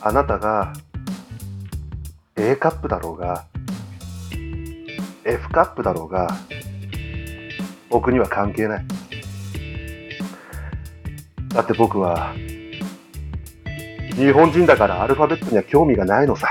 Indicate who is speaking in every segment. Speaker 1: あなたが A カップだろうが F カップだろうが僕には関係ないだって僕は日本人だからアルファベットには興味がないのさ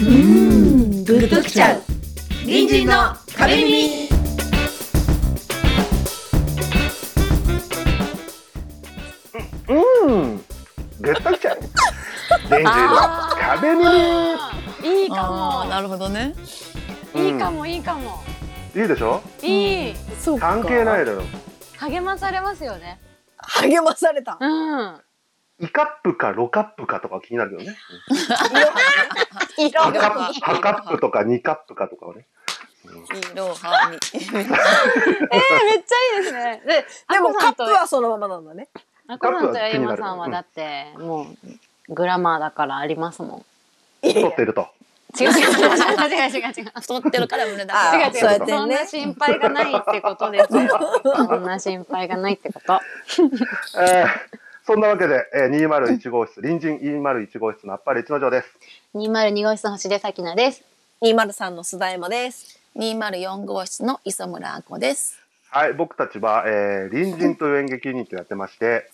Speaker 2: うん
Speaker 3: グッときちゃう
Speaker 2: 隣人の壁耳
Speaker 1: うんグッときちゃう電柱の壁耳
Speaker 4: いい
Speaker 3: あ
Speaker 4: か
Speaker 3: ーなるほどね
Speaker 4: も。いいかもいいかも。
Speaker 1: いいでしょ
Speaker 4: いい。
Speaker 3: そう
Speaker 1: 関係ないだろ
Speaker 4: 励まされますよね。
Speaker 3: 励まされた
Speaker 4: うん。
Speaker 1: イカップかロカップかとか気になるよね
Speaker 3: 色
Speaker 1: ハカップハカップとかニカップかとかはね
Speaker 3: いろはに
Speaker 4: えー、めっちゃいいですね。 で、
Speaker 3: でも
Speaker 4: あこ
Speaker 3: カ
Speaker 4: さ
Speaker 3: ッ
Speaker 4: ん
Speaker 3: プ
Speaker 4: と
Speaker 3: はそのままなんだね
Speaker 4: あこさんとエリマさん
Speaker 1: う
Speaker 4: は
Speaker 1: ん
Speaker 4: だって、もうグラマーだからありますもん。
Speaker 1: 取ってると
Speaker 4: 違う違う違う違う違う違う違う。
Speaker 3: 太ってるから胸だ
Speaker 1: あ
Speaker 3: か
Speaker 1: ー
Speaker 3: ら
Speaker 4: 違う違う
Speaker 1: そうやって
Speaker 3: ね
Speaker 4: そんな心配がないってことですよ。そんな心配がないってこと。
Speaker 1: えーそんなわけで、えー、201号室、隣人201号室のあっぱれ一の城です。
Speaker 4: 202号室の星出咲菜です。
Speaker 3: 203の須田山です204号室の磯村あこです
Speaker 1: はい、僕たちは、えー、隣人という演劇ユニットをやってまして、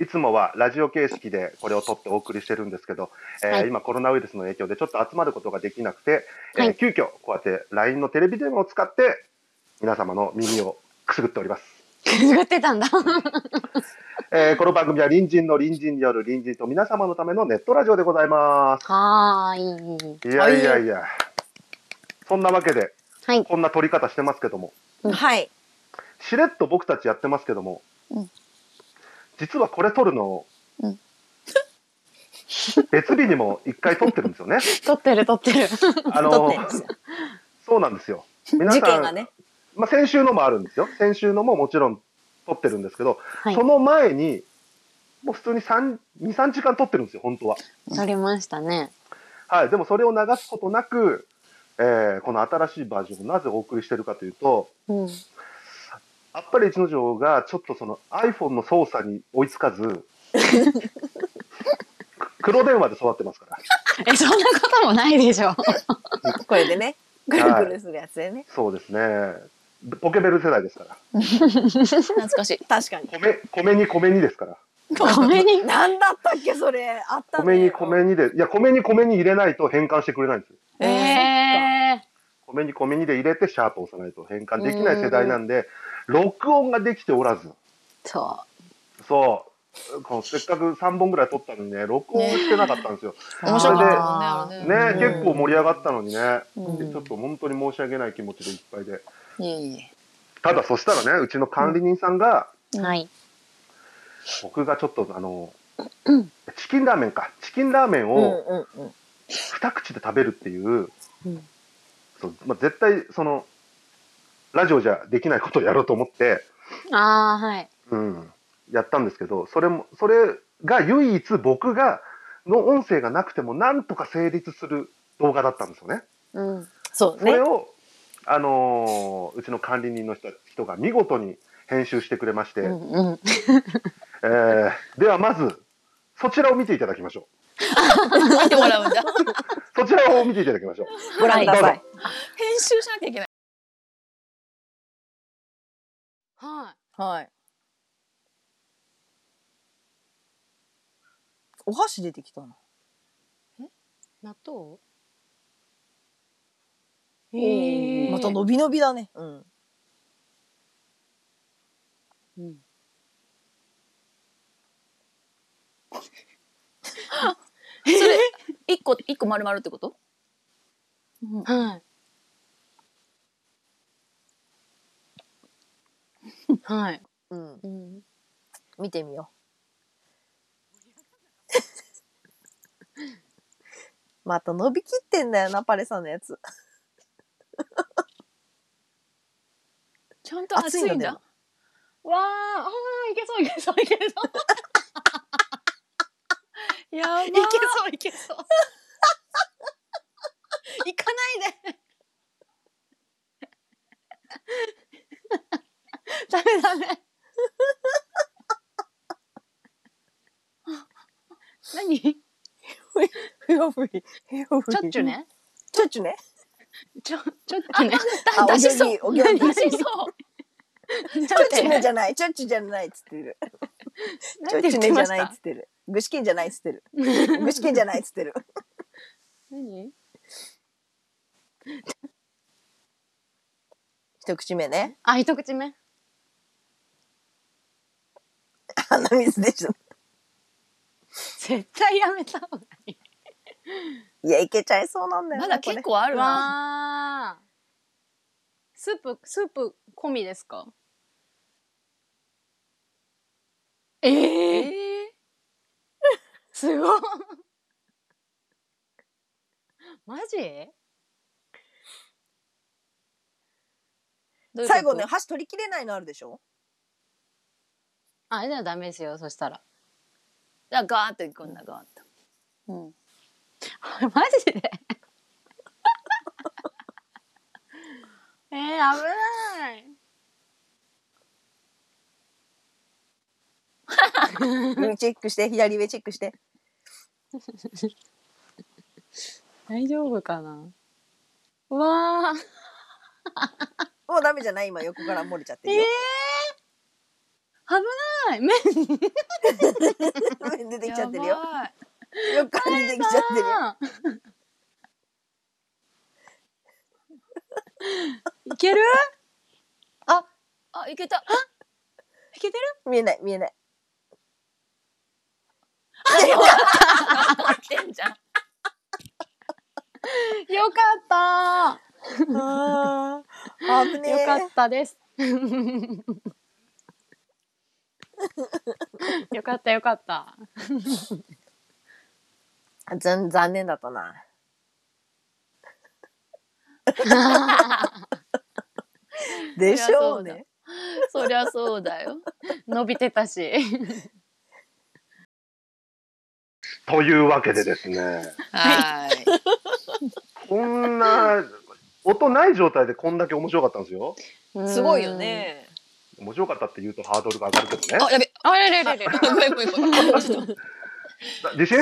Speaker 1: いつもはラジオ形式でこれを撮ってお送りしてるんですけど、えー
Speaker 4: はい
Speaker 1: 今コロナウイルスの影響でちょっと集まることができなくて、えー
Speaker 4: はい
Speaker 1: 急遽こうやって LINE のテレビ電話を使って皆様の耳をくすぐっております。
Speaker 4: くすぐってたんだ。
Speaker 1: えーこの番組は隣人の隣人による隣人と皆様のためのネットラジオでございま
Speaker 4: はーい。
Speaker 1: す。いやいやいや、そんなわけで
Speaker 4: はい。
Speaker 1: こんな撮り方してますけども、
Speaker 4: うん
Speaker 3: はい
Speaker 1: しれっと僕たちやってますけども、
Speaker 3: うん
Speaker 1: 実はこれ撮るの、
Speaker 3: うん
Speaker 1: 別日にも一回撮ってるんです よね。
Speaker 4: 撮ってる撮ってる。
Speaker 1: あ
Speaker 3: 撮っ
Speaker 1: の
Speaker 3: てるんですよ
Speaker 1: そうなんですよ。皆
Speaker 3: 事
Speaker 1: さ
Speaker 3: 件
Speaker 1: ん、
Speaker 3: がね
Speaker 1: まあ、先週のもあるんですよ。先週のももちろん撮ってるんですけど、
Speaker 4: はい
Speaker 1: そ。の前にもう普通に三二三時間撮ってるんですよ本当は。
Speaker 4: 撮りましたね。
Speaker 1: はい。でもそれを流すことなく、えーこの新しいバージョンをなぜお送りしてるかというと。
Speaker 4: うん。
Speaker 1: やっぱり一之丞がちょっとその iPhone の操作に追いつかず 黒電話で育ってますから
Speaker 4: え、そんなこともないでしょ。
Speaker 3: これでねぐるぐるするやつでね
Speaker 1: そうですねポケベル世代ですから
Speaker 5: 懐かしい。
Speaker 3: 確かに
Speaker 1: 米米に米にですから
Speaker 4: 米に。
Speaker 3: なんだったっけそれあった
Speaker 1: 米
Speaker 3: ね
Speaker 1: に米にでいや米に米に入れないと変換してくれないんですよ
Speaker 3: えー
Speaker 4: え
Speaker 1: 米に米にで入れてシャープ押さないと変換できない世代なんで録音ができておらず
Speaker 4: ー。そ
Speaker 1: そうこのせっかく3本ぐらい撮ったのにね録音してなかったんですよ、
Speaker 4: う。
Speaker 5: 面白
Speaker 1: かった
Speaker 5: あ
Speaker 4: それ
Speaker 5: れ
Speaker 4: で
Speaker 5: ね
Speaker 1: ね、
Speaker 3: うん
Speaker 1: 結構盛り上がったのにね、
Speaker 3: うん
Speaker 1: ちょっと本当に申し訳ない気持ちでいっぱいで
Speaker 5: いえいえ。
Speaker 1: ただそしたらねうちの管理人さんが、
Speaker 4: はい。
Speaker 1: 僕がちょっとあの、チキンラーメンかチキンラーメン
Speaker 3: うん
Speaker 1: を
Speaker 3: うんうん
Speaker 1: 二口で食べるっていう、
Speaker 4: うん
Speaker 1: そうまあ、絶対そのラジオじゃできないことをやろうと思って、
Speaker 4: ああ、はい。
Speaker 1: うん、やったんですけどそれもそれが唯一僕がの音声がなくてもなんとか成立する動画だったんですよね。
Speaker 4: うん。
Speaker 3: そう
Speaker 1: それ
Speaker 3: ね
Speaker 1: を、あのーうちの管理人の人人が見事に編集してくれまして、
Speaker 4: うんうん。
Speaker 1: えーではまずそちらを見ていただきましょ
Speaker 5: 見てもらうんだ。
Speaker 1: うそちらを見ていただきましょう
Speaker 3: ご覧ください
Speaker 5: 編集しなきゃいけない。
Speaker 4: は。
Speaker 3: はいお箸出てきたない
Speaker 4: 納豆
Speaker 3: お
Speaker 4: え
Speaker 3: ー
Speaker 4: え。
Speaker 3: また伸び伸びだね。うん。
Speaker 4: うん。
Speaker 5: それ一個一個丸々ってこと？
Speaker 4: はい。はい。
Speaker 3: うん。見てみよ う。また伸びきってんだよな、パレさんのやつ。
Speaker 5: ちゃんと熱いんだ。
Speaker 3: 熱いんだよ
Speaker 4: わーあー、いけそういけそういけそう。やばい。いけ
Speaker 5: そういけ そう。
Speaker 4: 行かないで。ダメダメ。 何ち
Speaker 6: ふよふい。ふよふい。
Speaker 4: ょっちゅ。ね
Speaker 6: ちょっちゅね。
Speaker 4: ちょ、ちょっちゅね
Speaker 6: あ、お
Speaker 3: 出
Speaker 6: ぎょ
Speaker 3: しそう
Speaker 6: ぎ、おぎょぎ。ちょっ
Speaker 4: 何
Speaker 5: そう
Speaker 6: ちゅねじゃない、ちょっちゅじゃないっつってる。ちょっ
Speaker 4: 何
Speaker 6: ちゅねじゃないっ
Speaker 4: 何
Speaker 6: つってる。具志堅じゃないっつってる。具志堅じゃないっつってる。
Speaker 4: 何
Speaker 6: 一口目ね。
Speaker 4: あ、一口目。
Speaker 6: 鼻水でしょ。
Speaker 4: 絶対やめた方がいい。
Speaker 6: いや、いけちゃいそうなんだよ
Speaker 5: ま
Speaker 6: な。
Speaker 5: だ結構あるな。
Speaker 4: わー。スープ、スープ込みですかええー。 すごい。マジ
Speaker 6: これ。最後ね、箸取りきれないのあるでしょ
Speaker 4: あ、じゃあダメですよ、そしたら。
Speaker 5: じゃあガーッといくんだガーッと。
Speaker 3: うん。
Speaker 4: マジで えー、危ない。
Speaker 6: 上チェックして、左上チェックして。
Speaker 4: 大丈夫かなうわー。
Speaker 6: もうダメじゃない今横から漏れちゃって
Speaker 4: え
Speaker 6: る
Speaker 4: え
Speaker 6: よ。
Speaker 4: ー、危ない。めっち
Speaker 6: 出てきちゃってる
Speaker 5: や
Speaker 6: よ。
Speaker 5: ばい。
Speaker 6: 横から出てきちゃってるよ。
Speaker 4: ゃ。いける
Speaker 5: あいけた。
Speaker 4: いけてる
Speaker 6: 見えない見えない。
Speaker 5: 合ってんじゃん。
Speaker 4: よかっ
Speaker 6: ああ危
Speaker 4: た
Speaker 6: ね
Speaker 4: よ
Speaker 6: え。
Speaker 4: かった です。よかったよかった。
Speaker 6: 残残念だったな。でしょうね。
Speaker 5: そりゃそうだよ。
Speaker 4: 伸びてたし。
Speaker 1: というわけでですね、
Speaker 5: はい。
Speaker 1: こんな、音ない状態でこんだけ面白かったんですよ。
Speaker 4: す。。
Speaker 1: 面白かったって言うとハードルが上がるけどね。
Speaker 5: あやべ。
Speaker 4: あれれれれ。
Speaker 5: ごめんごめんごめん。ちょっと
Speaker 1: 自信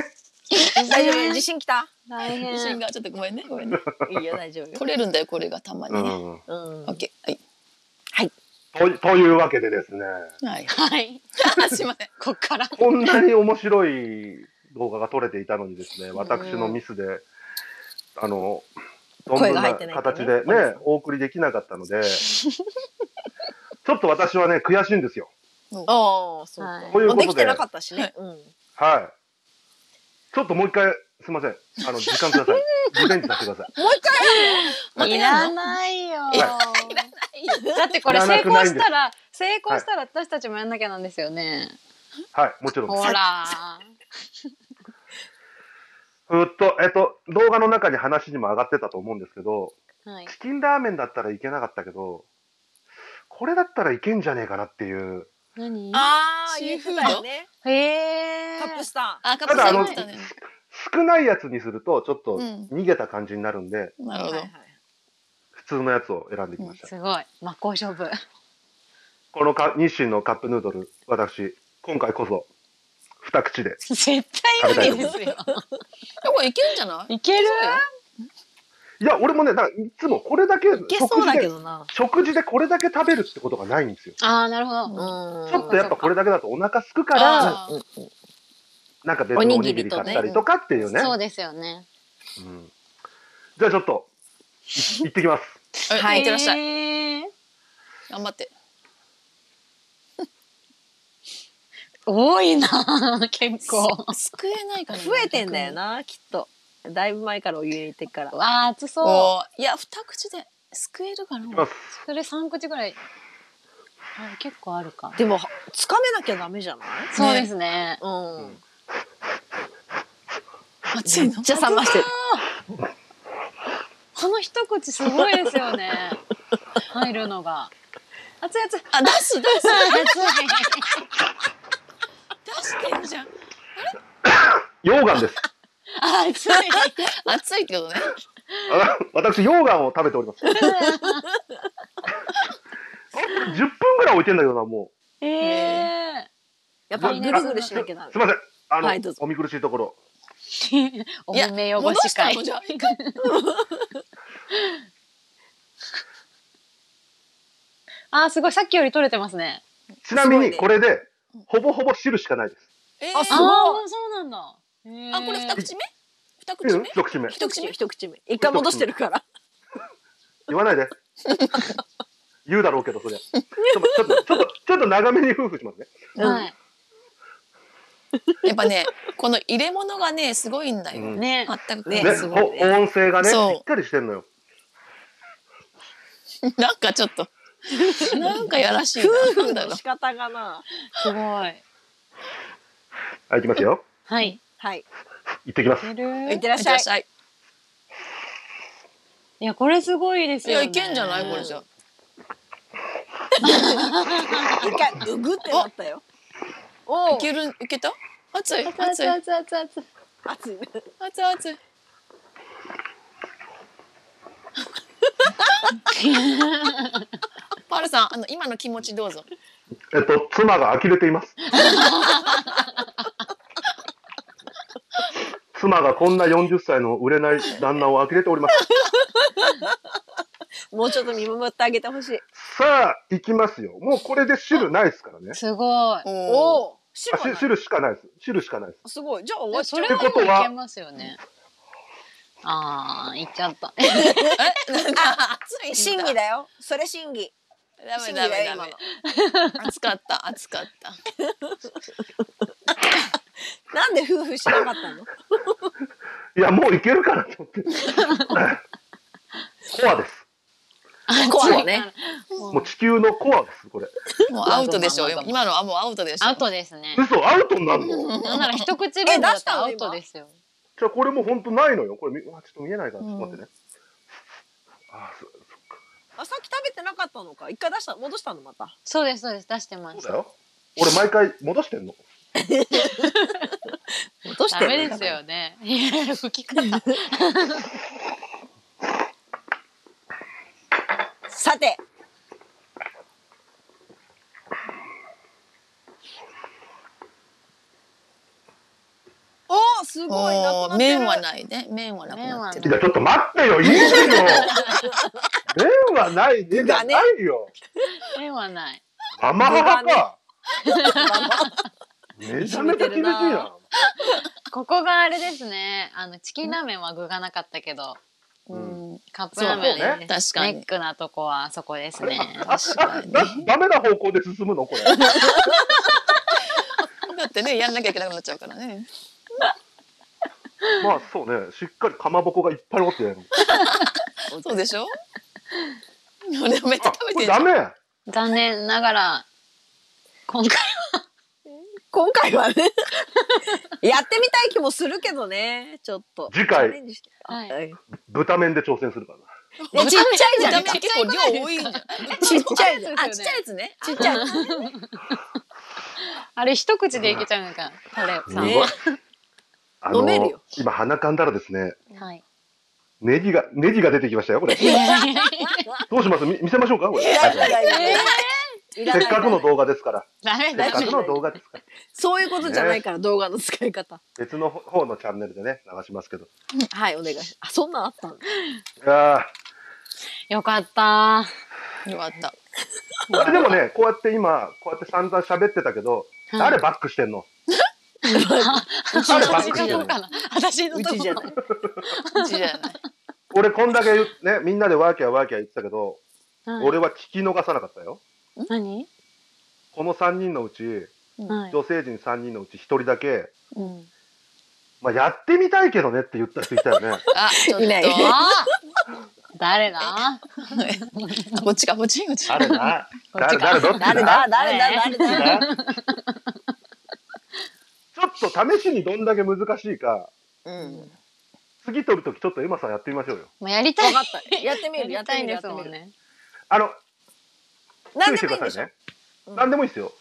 Speaker 6: 大丈夫地震来た。
Speaker 4: 大変。
Speaker 5: 自信がちょっとごめんねごめんね。
Speaker 6: いいよ大丈夫よ。
Speaker 5: 取れるんだよこれがたまに
Speaker 1: う
Speaker 5: ね。
Speaker 1: ん。
Speaker 6: うん
Speaker 5: オッケーはい
Speaker 1: とというわけでですね、
Speaker 5: はい。
Speaker 4: はい。
Speaker 5: すいません。
Speaker 4: こっから。
Speaker 1: こんなに面白い動画が撮れていたのにですね、私のミスで、あの、存分
Speaker 6: 声が入
Speaker 1: な
Speaker 6: ってないとね
Speaker 1: 形でね、お送りできなかったので、 ちょっと私はね、悔しいんですよ。
Speaker 6: ああそう
Speaker 4: は
Speaker 6: か。
Speaker 4: い
Speaker 1: という
Speaker 6: も
Speaker 1: こと
Speaker 6: う
Speaker 1: で
Speaker 6: できてなかったしね。うん。
Speaker 1: はい。ちょっともう一回、すみません。あの、時間くださ い。リベンジさせてください。
Speaker 4: いらないよ。だってこれ
Speaker 1: いら
Speaker 4: 成
Speaker 1: なく
Speaker 4: 功
Speaker 1: ないん
Speaker 4: し
Speaker 1: です
Speaker 4: たら、成功したら私たちもやんなきゃなんですよね。
Speaker 1: はい、もちろんで
Speaker 4: ほ
Speaker 1: す。
Speaker 4: ら。
Speaker 1: ふっと、えっと、動画の中に話にも上がってたと思うんですけど、
Speaker 4: はい。
Speaker 1: チキンラーメンだったらいけなかったけど、これだったらいけんじゃねえかなっていう。
Speaker 4: 何
Speaker 6: あ
Speaker 5: ー言ってたよ
Speaker 6: ね。
Speaker 4: へえ。
Speaker 6: カップスタ
Speaker 5: あカ
Speaker 1: た
Speaker 5: ップ
Speaker 1: だ、あ
Speaker 5: さん
Speaker 1: の、
Speaker 5: 言
Speaker 1: す
Speaker 5: ってたね。
Speaker 1: 少ないやつにすると、ちょっと
Speaker 5: うん
Speaker 1: 逃げた感じになるんで、
Speaker 5: な
Speaker 6: ー。
Speaker 5: るほど。
Speaker 1: 普通のやつを選んできました。
Speaker 4: すごい。真っ向勝負。
Speaker 1: このか日清のカップヌードル、私、今回こそ、二口で。
Speaker 4: 絶対無理ですよ。
Speaker 5: これいけるんじゃない？
Speaker 4: いける
Speaker 1: いや、俺もね、だからいつもこれだけ、
Speaker 6: いけそうだ
Speaker 1: 食
Speaker 6: け
Speaker 1: 事で、
Speaker 6: どな。
Speaker 1: 食事でこれだけ食べるってことがないんですよ。
Speaker 4: ああ、なるほど。
Speaker 6: うん
Speaker 1: ちょっとやっぱこれだけだとお腹すくから、
Speaker 5: あ
Speaker 6: うん
Speaker 1: なんか別のおにぎり買ったりとかっていうね。
Speaker 4: そうですよね。
Speaker 1: うんじゃあちょっと、い行ってきます。
Speaker 5: ーはい。いってらっしゃい。
Speaker 4: い。
Speaker 5: 頑張って。
Speaker 4: 多いな、結構。
Speaker 5: す救えないからね
Speaker 6: 増えてんだよ。なきっと。だいぶ前からお湯入れてっから。
Speaker 4: わあ、熱そう。
Speaker 5: おーいや二口ですくえるか
Speaker 1: 行き
Speaker 5: な
Speaker 1: ま。す。
Speaker 4: それ三口ぐらい。あ結構あるか。
Speaker 6: でもつかめなきゃダメじゃない？
Speaker 4: そうですね。
Speaker 6: うん。
Speaker 5: 熱いの。
Speaker 6: じゃあ冷ましてる。
Speaker 4: この一口すごいですよね。入るのが。
Speaker 5: 熱 い熱い。あ出す出す出
Speaker 4: 熱
Speaker 5: してる じゃん。
Speaker 1: 溶岩です。
Speaker 4: い。
Speaker 5: 熱いけどね。
Speaker 1: あ私、溶岩を食べております。 10分ぐらい置いてんだけどな、も
Speaker 4: ええ
Speaker 5: やっ
Speaker 1: う。
Speaker 5: ぱ
Speaker 4: あ
Speaker 5: り
Speaker 4: ぐ
Speaker 5: ね
Speaker 4: るぐるしなきゃ
Speaker 1: あ
Speaker 4: ダメ
Speaker 1: すみません。あの、
Speaker 5: はいどうぞ
Speaker 1: お見苦しいところ。
Speaker 4: ー。お
Speaker 5: いや
Speaker 4: 目汚
Speaker 5: 戻
Speaker 4: し
Speaker 5: した
Speaker 4: 会。
Speaker 5: のじゃあ一回
Speaker 4: あー、すごい。さっきより取れてますね。
Speaker 1: ちなみ
Speaker 5: すごい
Speaker 1: に、
Speaker 5: ね
Speaker 1: これで、ほぼほぼ汁しかないです。
Speaker 5: え
Speaker 4: あー、
Speaker 5: ー
Speaker 4: そうなんだ。えー
Speaker 5: あこれ二口目二口
Speaker 1: うん
Speaker 5: 目
Speaker 1: 一口目。
Speaker 5: 一口目
Speaker 6: 一口目。一回戻してるから。
Speaker 1: 言わないで。言うだろうけど、そりゃ。ちょっと、ちょっと、ちょっと、ちょっと長めに夫婦しますね。
Speaker 4: は
Speaker 5: やっぱねこの入れ物がねすごいんだよ、
Speaker 1: うん
Speaker 4: い。ね
Speaker 5: あったかく
Speaker 6: ね
Speaker 5: て
Speaker 1: ね、
Speaker 5: すごい
Speaker 1: ほ音声がね、し
Speaker 5: そう
Speaker 1: っかりしてんのよ。
Speaker 5: なんかちょっとなんかやらしいな
Speaker 6: 夫
Speaker 5: な
Speaker 6: 婦
Speaker 5: んだろ
Speaker 6: の仕方がな。
Speaker 4: すごい。
Speaker 1: はい、行きますよ。
Speaker 4: はい。
Speaker 6: はい。
Speaker 1: 行ってきます。
Speaker 4: い
Speaker 6: いって
Speaker 4: る
Speaker 6: らっ
Speaker 5: うい
Speaker 6: し
Speaker 5: ら
Speaker 6: ゃ
Speaker 5: っ
Speaker 6: い
Speaker 5: し。ゃい
Speaker 4: いや、これすごいです
Speaker 5: い
Speaker 4: よ、
Speaker 5: や
Speaker 4: ね。
Speaker 5: いけんじゃないこれじゃ
Speaker 6: 一回ググってなったよ。
Speaker 4: お
Speaker 5: いけるいけた熱い
Speaker 4: 熱
Speaker 5: 熱い
Speaker 4: 々熱々熱々
Speaker 6: 熱いね。
Speaker 5: 熱い 熱いパールさんあの今の気持ちどうぞ
Speaker 1: えっと、妻が呆れてい ます。妻がこんな40歳の売れない旦那を呆れております。
Speaker 6: もうちょっと見守ってあげてほしい。
Speaker 1: さあ、行きますよ。もうこれで汁ないですからね。
Speaker 4: すごい。
Speaker 5: おー
Speaker 6: おお。汁
Speaker 1: あ
Speaker 6: はな
Speaker 1: し
Speaker 6: い
Speaker 1: 汁しかないです。汁しかないです。
Speaker 6: すごい。じゃあ終
Speaker 4: で
Speaker 6: わ
Speaker 4: も
Speaker 6: っち
Speaker 4: そ
Speaker 6: ゃ
Speaker 4: れ
Speaker 1: ってことは
Speaker 4: はもういけますよね。ああ、いっち ゃった。
Speaker 5: えなんか
Speaker 6: う。
Speaker 5: 熱い
Speaker 6: 審
Speaker 5: んだ
Speaker 6: 議だよ。それ審議。
Speaker 5: ダメ
Speaker 6: 審議
Speaker 5: ダ
Speaker 6: だ
Speaker 5: メ
Speaker 6: よ
Speaker 5: ダ
Speaker 6: 今
Speaker 5: メ
Speaker 6: の。
Speaker 5: 熱かった熱かった
Speaker 6: なんで夫婦しなかった
Speaker 1: い
Speaker 6: の？
Speaker 1: や、もういけるからと思って。コアです。
Speaker 5: コア ね
Speaker 1: もう地球のコアです、これ。
Speaker 5: もうアウトでしょ
Speaker 4: まあまあまあ
Speaker 5: 今のはもうアウトでしょ
Speaker 4: アウトですね。
Speaker 1: 嘘、アウトになるの
Speaker 4: なんなら一口分だったらアウトですよ。
Speaker 1: じゃあこれもう本当ないのよ。これみ、うわちょっと見えないから、ちょっと待ってね。あそ
Speaker 6: あさっき食べてなかったのか。一回出した戻したのまた。
Speaker 4: そうです、そうです。出してま
Speaker 1: そう
Speaker 4: す。
Speaker 1: だよ。俺毎回戻してんの。
Speaker 6: 戻し
Speaker 4: ダ
Speaker 6: て
Speaker 4: メですよね。いや、吹き方。
Speaker 6: さて。おーすごいなく
Speaker 5: も
Speaker 6: な
Speaker 5: う
Speaker 6: ってる
Speaker 5: 麺はないね麺はなくなって
Speaker 1: い
Speaker 5: る
Speaker 1: や、ちょっと待ってよ、いいよ。麺はないね、じゃないよ。
Speaker 4: ではない。
Speaker 1: ママ母
Speaker 6: 具が
Speaker 1: か。めちゃめちゃ厳しいな。
Speaker 4: ここがあれですね。あの、チキンラーメンは具がなかったけど、
Speaker 5: うん
Speaker 4: カップラーメン
Speaker 1: そう
Speaker 4: は
Speaker 1: ね
Speaker 4: ね
Speaker 5: 確かに
Speaker 4: ネックなとこはそこですね。
Speaker 5: 確かに
Speaker 1: な
Speaker 5: だ
Speaker 1: ダメな方向で進むのこれ。
Speaker 5: ってねやんなきゃいけなくなっちゃうからね
Speaker 1: まあそうね、しっかりかまぼこがいっぱい残ってる。
Speaker 5: そうでし ょいやめっちゃ食べ
Speaker 1: あ、こ
Speaker 5: て
Speaker 1: れ
Speaker 5: るじゃ
Speaker 1: ダ
Speaker 5: ん
Speaker 1: メ。
Speaker 4: 残念ながら、今回
Speaker 6: 今回はねやってみたい気もするけどねちょっと
Speaker 1: 次回
Speaker 6: チャレンジしてあ
Speaker 4: はい
Speaker 6: はい
Speaker 1: 豚麺で挑戦するからな。
Speaker 6: ねちっちゃいじゃ
Speaker 5: ダ
Speaker 6: ん
Speaker 5: メ結構量多いんじゃん
Speaker 6: ちっちゃいじゃん
Speaker 5: あちっちゃいやつね
Speaker 6: ちっちゃいやつ
Speaker 4: あれ一口でいけちゃうのか、タレ
Speaker 1: す
Speaker 4: さ
Speaker 1: ごい
Speaker 4: んは。。
Speaker 1: あ
Speaker 6: 飲める
Speaker 1: の
Speaker 6: よ
Speaker 1: 今鼻かんだらですね、
Speaker 4: はい。
Speaker 1: ネギがネギが出てきましたよこれ。どうします？み見せましょうかこれ。
Speaker 6: いらないいらない
Speaker 4: え
Speaker 6: いら
Speaker 1: せ
Speaker 6: ない
Speaker 1: っかくの動画ですから。
Speaker 4: ダメ
Speaker 1: せっ
Speaker 4: だ
Speaker 1: かくの動画ですから。
Speaker 6: そういうことじゃないから、動画の使い方
Speaker 1: 別の方のチャンネルでね流しますけど。
Speaker 6: はいお願いあそんなんあったんだ
Speaker 1: あ
Speaker 4: よかった。
Speaker 5: よかった
Speaker 1: あ、これでもねこうやって今こうやって散々喋ってたけど、誰バックしてんの？誰バックし
Speaker 4: 私
Speaker 1: て
Speaker 4: の
Speaker 1: んの？
Speaker 4: とこかな。私の
Speaker 6: う
Speaker 4: と
Speaker 6: ち
Speaker 4: こ
Speaker 6: じゃ
Speaker 4: か
Speaker 6: ない
Speaker 5: うちじゃない
Speaker 1: 俺こんだけ言うねみんなでワーキャーワーキャー言ってたけど、
Speaker 4: な。はい
Speaker 1: 俺は聞き逃さなかったよ。
Speaker 4: 何？
Speaker 1: この3人のうち
Speaker 4: はい。
Speaker 1: 女性陣3人のうち1人だけ、
Speaker 4: うん。
Speaker 1: まあ、やってみたいけどねって言った人いたよね。
Speaker 5: あちょっと
Speaker 6: いない
Speaker 4: あー誰だ？
Speaker 5: あこっちかこっちこっち
Speaker 1: 誰 だ誰誰どっち
Speaker 6: 誰だ誰だ誰だ
Speaker 1: 誰だ ちょっと試しにどんだけ難しいか
Speaker 5: うん
Speaker 1: 次撮るときちょっとエマさんやってみましょうよ。
Speaker 4: もうやりたい
Speaker 6: 分。かったやってみ
Speaker 4: や
Speaker 6: るや
Speaker 4: り
Speaker 6: ったて
Speaker 4: いん
Speaker 6: み
Speaker 4: で
Speaker 6: るや
Speaker 4: す
Speaker 6: って
Speaker 4: も
Speaker 6: み
Speaker 4: ん
Speaker 6: る
Speaker 4: ね。
Speaker 1: あの
Speaker 6: 何
Speaker 1: 注意
Speaker 6: で
Speaker 1: してく
Speaker 6: も
Speaker 1: ださ
Speaker 6: いいんで
Speaker 1: い
Speaker 6: しょ
Speaker 1: ね。何でもいいですよ。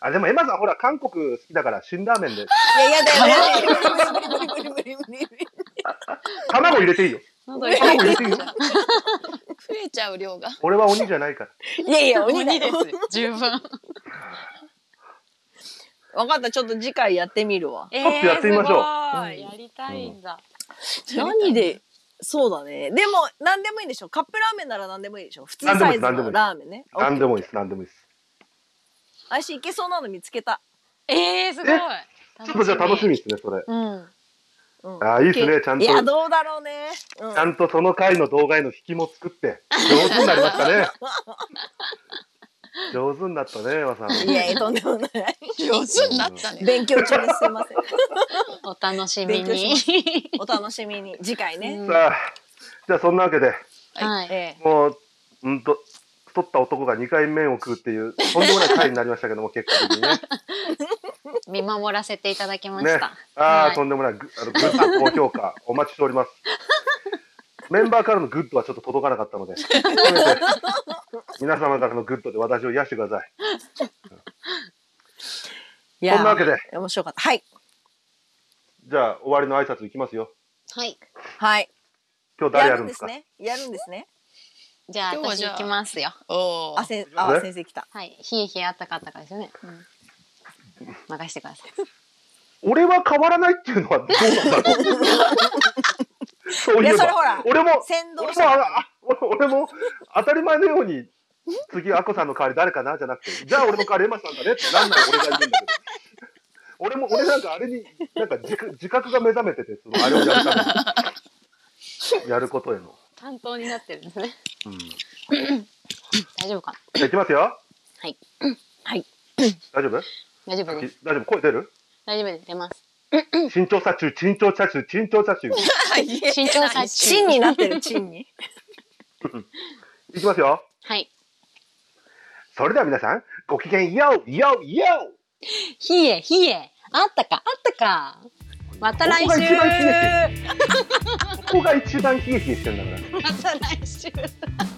Speaker 1: あでもエマさんほら韓国好きだから辛ラーメンで
Speaker 6: いやいやだよやだよ無理無理無理無理無理無理
Speaker 1: 卵入れていいよ。
Speaker 4: 喉痛
Speaker 1: 卵
Speaker 4: い
Speaker 1: 入れていいよ。
Speaker 5: 増えちゃう量が。
Speaker 1: 俺は鬼じゃないから。
Speaker 6: いやいや、鬼だ
Speaker 4: 鬼
Speaker 6: よ
Speaker 4: です。十分。
Speaker 6: 分かった、ちょっと次回やってみるわ。
Speaker 4: え
Speaker 1: っとやってみましょう
Speaker 4: すごいやりたいんだ。
Speaker 6: 何で、そうだね。でも、何でもいいんでしょカップラーメンなら何でもいいでしょ普通
Speaker 1: 何でもい
Speaker 6: サ
Speaker 1: い
Speaker 6: イズ
Speaker 1: 何でもい
Speaker 6: の
Speaker 1: い
Speaker 6: ラーメンね。
Speaker 1: 何でもいいです、何でもいいです。
Speaker 6: 私、いけそうなの見つけた。
Speaker 4: えー、すごい。
Speaker 1: ちょっとじゃあ楽し
Speaker 4: み。
Speaker 1: みですね、それ。
Speaker 4: うん。
Speaker 6: うん
Speaker 1: ああ、いいですね、ちゃん
Speaker 6: い
Speaker 1: と。
Speaker 6: や、
Speaker 1: ち
Speaker 6: どうだろうね。うん
Speaker 1: ゃんとその回の動画への引きも作って、上手になりました ね。上手になったね、エマさん。
Speaker 6: いやいや、とんで もない。
Speaker 5: 上手になったね。
Speaker 6: 勉強中ですいません。
Speaker 4: お楽しみ
Speaker 6: 勉強し
Speaker 4: に
Speaker 6: ま。お楽しみに。次回ね。
Speaker 1: さあ、じゃあそんなわけで、
Speaker 4: はい。
Speaker 6: ええ。
Speaker 1: もう、うんと、太った男が2回麺を食うっていう、とんでもない回になりましたけど も、結果的にね。
Speaker 4: 見守らせていただきまし
Speaker 1: ね
Speaker 4: た。、
Speaker 1: ああ、
Speaker 4: はい
Speaker 1: とんでもない、ぐあの、グッド高評価、お待ちしており ます。メンバーからのグッドはちょっと届かなかった ので、せめて皆様からのグッドで私を癒してください。
Speaker 6: い
Speaker 1: そんなわけで、
Speaker 6: 面白かった。はい。
Speaker 1: じゃあ終わりの挨拶いきますよ。
Speaker 4: はい。
Speaker 6: はい。
Speaker 1: 今日誰
Speaker 6: や
Speaker 1: や
Speaker 6: る
Speaker 1: る
Speaker 6: ん
Speaker 1: ん
Speaker 6: で
Speaker 1: です
Speaker 6: す
Speaker 1: か。
Speaker 6: ね。やるんですね。
Speaker 4: じゃあ
Speaker 5: 今日は
Speaker 4: 私
Speaker 5: じゃあ
Speaker 4: 行きますよ。
Speaker 5: おお
Speaker 6: あ、。せん、あ、
Speaker 1: ね
Speaker 6: 先生来た。
Speaker 4: はい。ひいひいあったかあったかですよね。任してください。
Speaker 1: 俺は変わらないっていうのはどうなんだろう。そういえ
Speaker 6: いやそれ
Speaker 1: ば
Speaker 6: ほら、
Speaker 1: 俺も、
Speaker 6: 先導
Speaker 1: 俺
Speaker 6: 者
Speaker 1: もあら、あ俺も当たり前のように。次、アッコさんの代わり誰かなじゃなくて、じゃあ俺の代わりエマさんだねってなんない俺が言うんだけど。俺も、俺なんかあれに、なんか自覚自覚が目覚めてて、そのあれをやるために。やることへの。
Speaker 4: 担当になってるんですね。
Speaker 1: うん。じ
Speaker 4: 大丈夫かな。
Speaker 1: ゃあいきますよ。
Speaker 4: はい。
Speaker 1: 大丈夫
Speaker 4: 大丈夫
Speaker 1: 大
Speaker 4: です。
Speaker 1: 丈夫声出る
Speaker 4: 大丈夫です。出ます。
Speaker 1: 慎重者中、慎重者中、慎重者中。
Speaker 4: 慎重さ
Speaker 6: チンになってる、チンに。
Speaker 1: いきますよ。
Speaker 4: はい。
Speaker 1: それでは皆さん、ごきげんよう、よう、よう
Speaker 4: ひえひえあったかあったか。また来
Speaker 1: ここが
Speaker 4: 週。
Speaker 1: 一番ひねってるここが一番ヒエヒエしてんだから。
Speaker 4: また来週。